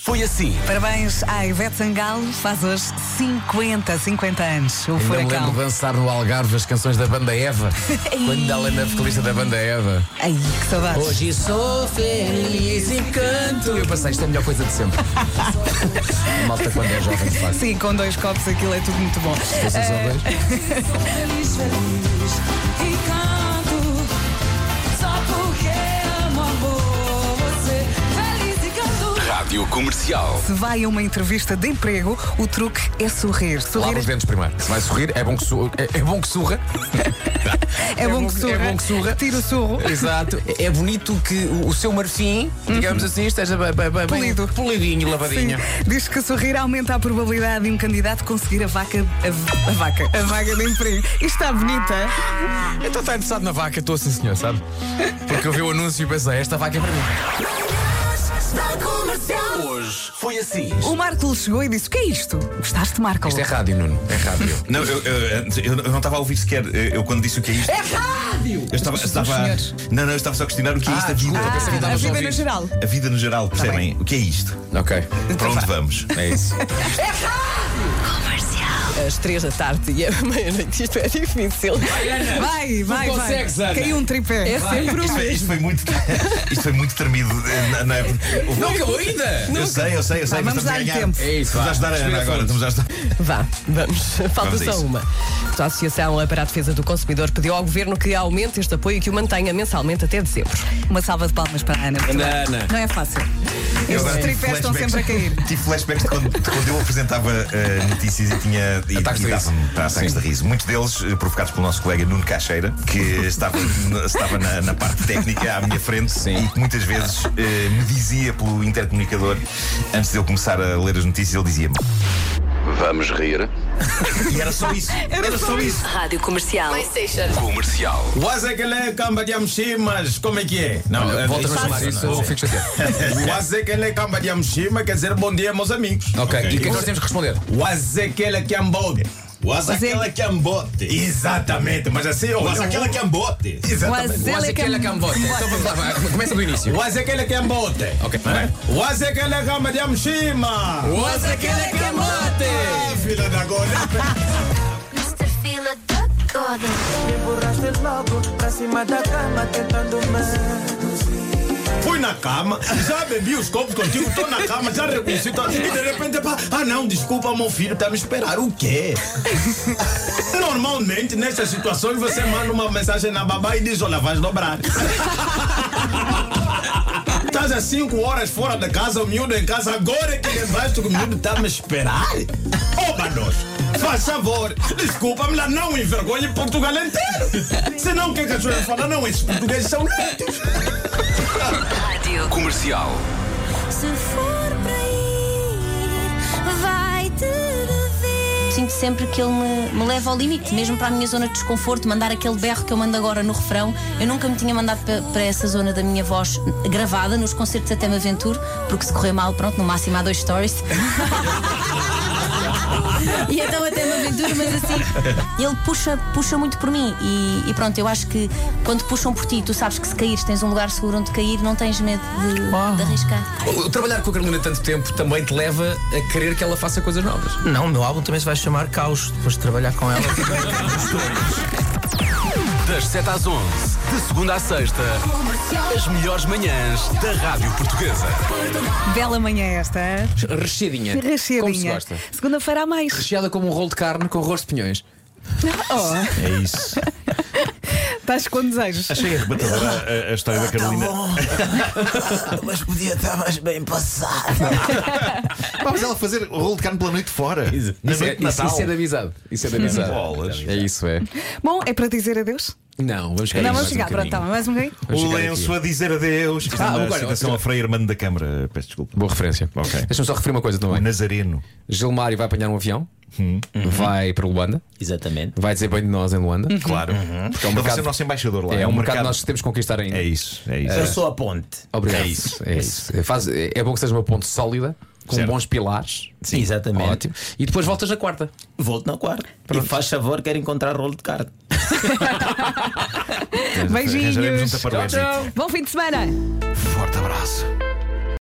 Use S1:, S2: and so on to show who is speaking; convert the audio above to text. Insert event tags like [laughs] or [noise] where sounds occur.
S1: Foi assim.
S2: Parabéns à Ivete Sangalo, faz hoje 50, 50 anos. O
S1: Ainda me lembro
S2: furacão.
S1: de dançar no Algarve as canções da banda [laughs] Eva.
S2: Ei.
S1: quando ela era vocalista da banda Eva.
S2: Ai, que saudades.
S1: Hoje sou feliz e canto. Eu passei, isto é a melhor coisa de [laughs] sempre. A Malta quando é jovem, de facto.
S2: Sim, com dois copos aquilo é tudo muito bom.
S1: Vocês são dois?
S3: feliz, feliz e canto só porque amo amor você feliz e canto
S4: Rádio Comercial.
S2: Se vai a uma entrevista de emprego, o truque é sorrir.
S1: Lava os
S2: Sorrir
S1: dentes primeiro. Se vai sorrir, é bom que, su- é, é bom que surra.
S2: é, bom que surra.
S1: É bom que surra.
S2: Tira o surro.
S1: Exato. É bonito que o, o seu marfim, digamos assim, esteja bem, bem, bem
S2: Polido.
S1: polidinho, lavadinho.
S2: Sim. Diz que sorrir aumenta a probabilidade de um candidato conseguir a vaca. A, a vaca. A vaga de emprego. Isto está bonita.
S1: Então está interessado na vaca, estou assim, senhor, sabe? Porque eu vi o anúncio e pensei, esta vaca é para mim.
S4: Hoje foi assim.
S2: O Marco chegou e disse: O que é isto? Gostaste, Marco?
S1: Isto é rádio, Nuno. É [laughs] rádio.
S5: Não, eu, eu, antes, eu- eu não estava a ouvir sequer. eh, Eu quando disse o que é isto. É rádio! Eu estava. estava-
S2: senhores.
S5: não, não, eu estava só a questionar o que é
S1: Ah,
S5: isto, a vida.
S1: desculpa, pensei que
S2: a
S1: estavas
S2: vida
S1: ouvir.
S2: no geral.
S5: A vida no geral, percebem? o que é isto?
S1: Ok.
S5: Para onde vamos?
S1: É isso.
S6: às três da tarde e à meia-noite. Isto é [laughs] difícil.
S2: Vai, vai, vai.
S1: consegues, Ana.
S2: Caiu um tripé.
S6: É sempre o
S5: Isto foi, isto foi muito. [laughs] Isto foi muito tremido. eh, Não, não, é-
S1: Não acabou ainda!
S5: eu sei, eu sei, eu sei,
S2: Vá,
S5: mas
S2: vamos
S5: estamos a
S2: dar-lhe
S5: ganhar.
S2: tempo.
S1: [laughs] É isso,
S5: Estamos a
S1: vá.
S5: ajudar a
S1: Respira
S5: Ana agora.
S1: fundo.
S5: Estamos a ajudar.
S6: Vá, vamos. Falta
S5: Vamos a
S6: só
S5: isso.
S6: uma. A Associação Aparato de Defesa do Consumidor pediu ao Governo que aumente este apoio e que o mantenha mensalmente até dezembro.
S2: Uma salva de palmas para a Ana. Muito
S1: Ana,
S2: bem.
S1: Ana.
S2: Não é fácil.
S5: É.
S2: Estes
S5: Eu agora tive
S2: tripés estão
S5: flashbacks-
S2: sempre a cair.
S5: [laughs] Tive flashbacks de quando, de quando eu apresentava eh, notícias e tinha. E,
S1: Ataques
S5: e
S1: de riso.
S5: dava-me para ataques de riso. Muitos deles eh, provocados pelo nosso colega Nuno Caixeira,
S7: [laughs]
S5: que estava, na- estava na, na parte técnica à minha frente e que muitas vezes eh, me dizia pelo intercomunicador, antes de eu começar a ler as notícias, ele dizia-me.
S4: Vamos rir.
S5: E era só isso. [laughs] Era, só isso.
S8: Rádio Comercial.
S4: Comercial.
S7: Waze kele kamba dia mshima, como é que é? Não, é,
S1: Volta a
S7: isso- é
S1: chamar isso,
S7: [laughs]
S1: eu fico [laughs] chateado.
S7: Waze kele kamba dia mshima quer dizer bom dia, meus amigos.
S1: Ok, e o que é que
S7: Então,
S1: nós temos que responder?
S7: Waze kele
S5: é um
S7: kiamboge. Waze kele
S9: é um
S7: kiambote. Exatamente, mas assim... Waze kele kiambote. Exatamente.
S2: Waze-
S1: Quase
S5: é
S1: aquela cambota. Então vamos lá, vai, começa do início.
S7: Waze kele
S5: um
S7: kiambote.
S1: Ok.
S7: Waze
S5: é
S7: kele kamba dia mshima.
S1: Quase aquela cambota!
S5: É,
S7: Ah, Filha da agora.
S10: Mr. Fila da Goda.
S7: Fui na cama, já bebi os copos contigo, tô na cama, já reconheci, tô... e de repente, pá, ah não, desculpa, meu filho, tá me esperar o quê? [laughs] Normalmente, nessas situações, você manda uma mensagem na babá e diz, olha, vais dobrar. [laughs] Estás há 5 horas fora de casa, o miúdo em casa, agora é que levaste que o miúdo tá me esperar? Oba, nós, faz favor, desculpa-me lá, não envergonhe Portugal inteiro. Senão, o que é que as pessoas falam? Não, esses portugueses são lentos.
S8: Rádio.
S4: Comercial.
S10: Se for para ir, vai te dever.
S11: Sinto sempre que ele me, me leva ao limite, mesmo para a minha zona de desconforto, mandar aquele berro que eu mando agora no refrão. Eu nunca me tinha mandado pa- para essa zona da minha voz gravada nos concertos até me aventuro, porque se correr mal, pronto, no máximo há dois stories. [laughs] e então até me aventuro, mas assim, ele puxa, puxa muito por mim. E, e pronto, eu acho que quando puxam por ti, tu sabes que se caíres, tens um lugar seguro onde cair, não tens medo de, de arriscar.
S1: O- o Trabalhar com a Carolina tanto tempo também te leva a querer que ela faça coisas novas.
S9: Não, no álbum também se vai chamar Caos, depois de trabalhar com ela.
S4: [laughs] Das 7 às 11. De segunda à sexta. As melhores manhãs da Rádio Portuguesa.
S2: Bela manhã esta, hein?
S1: Recheadinha. Como se
S2: recheadinha.
S1: gosta.
S2: Segunda-feira há mais.
S1: Recheada como um rolo de carne com rosto de pinhões.
S5: É isso.
S2: Oh. [laughs] Estás com desejos.
S5: Achei arrebatadora a, a- a história da Carolina.
S9: Ah, tá [laughs] Mas podia estar mais bem passado.
S5: [laughs] Vamos ela fazer rolo de carne pela noite fora. Na
S1: Isso é,
S5: noite de
S1: isso,
S5: Natal.
S1: isso é de avisado. Isso é de avisado.
S5: Bolas.
S1: É isso, é.
S2: Bom, é para dizer adeus?
S1: Não,
S5: É
S1: vamos chegar
S2: não,
S1: aqui
S2: vamos
S1: mais
S2: chegar.
S1: um
S2: Pronto,
S1: bocadinho.
S2: tá, mais um bocadinho.
S1: Vamos
S5: O
S1: chegar
S5: lenço
S1: aqui.
S5: a dizer adeus. Isto é
S1: Ah,
S5: uma
S1: agora,
S5: citação
S1: agora.
S5: a Frei Armando da Câmara. Peço desculpa.
S1: Boa referência.
S5: é- Ok. Uhum.
S1: Deixa-me só referir uma coisa
S5: O
S1: também.
S5: Nazareno.
S1: Gilmário vai apanhar um avião,
S5: Uhum.
S1: vai para Luanda,
S9: Exatamente.
S1: vai dizer bem de nós em Luanda.
S5: Claro. Porque é um mercado. Vai ser o nosso embaixador lá.
S1: É, um mercado que nós temos que conquistar ainda.
S5: É isso, é isso.
S9: Eu sou a ponte.
S1: Obrigado.
S5: É isso,
S1: É, isso. É, faz- é- é bom que seja uma ponte sólida, com
S5: Certo.
S1: bons pilares.
S9: Sim. Exatamente.
S1: Ótimo. E depois voltas na quarta.
S9: Volto na quarta. E faz favor, quero encontrar rolo de carta.
S5: Arranjaremos
S2: Beijinhos.
S5: um tupperware.
S2: Bom fim de semana.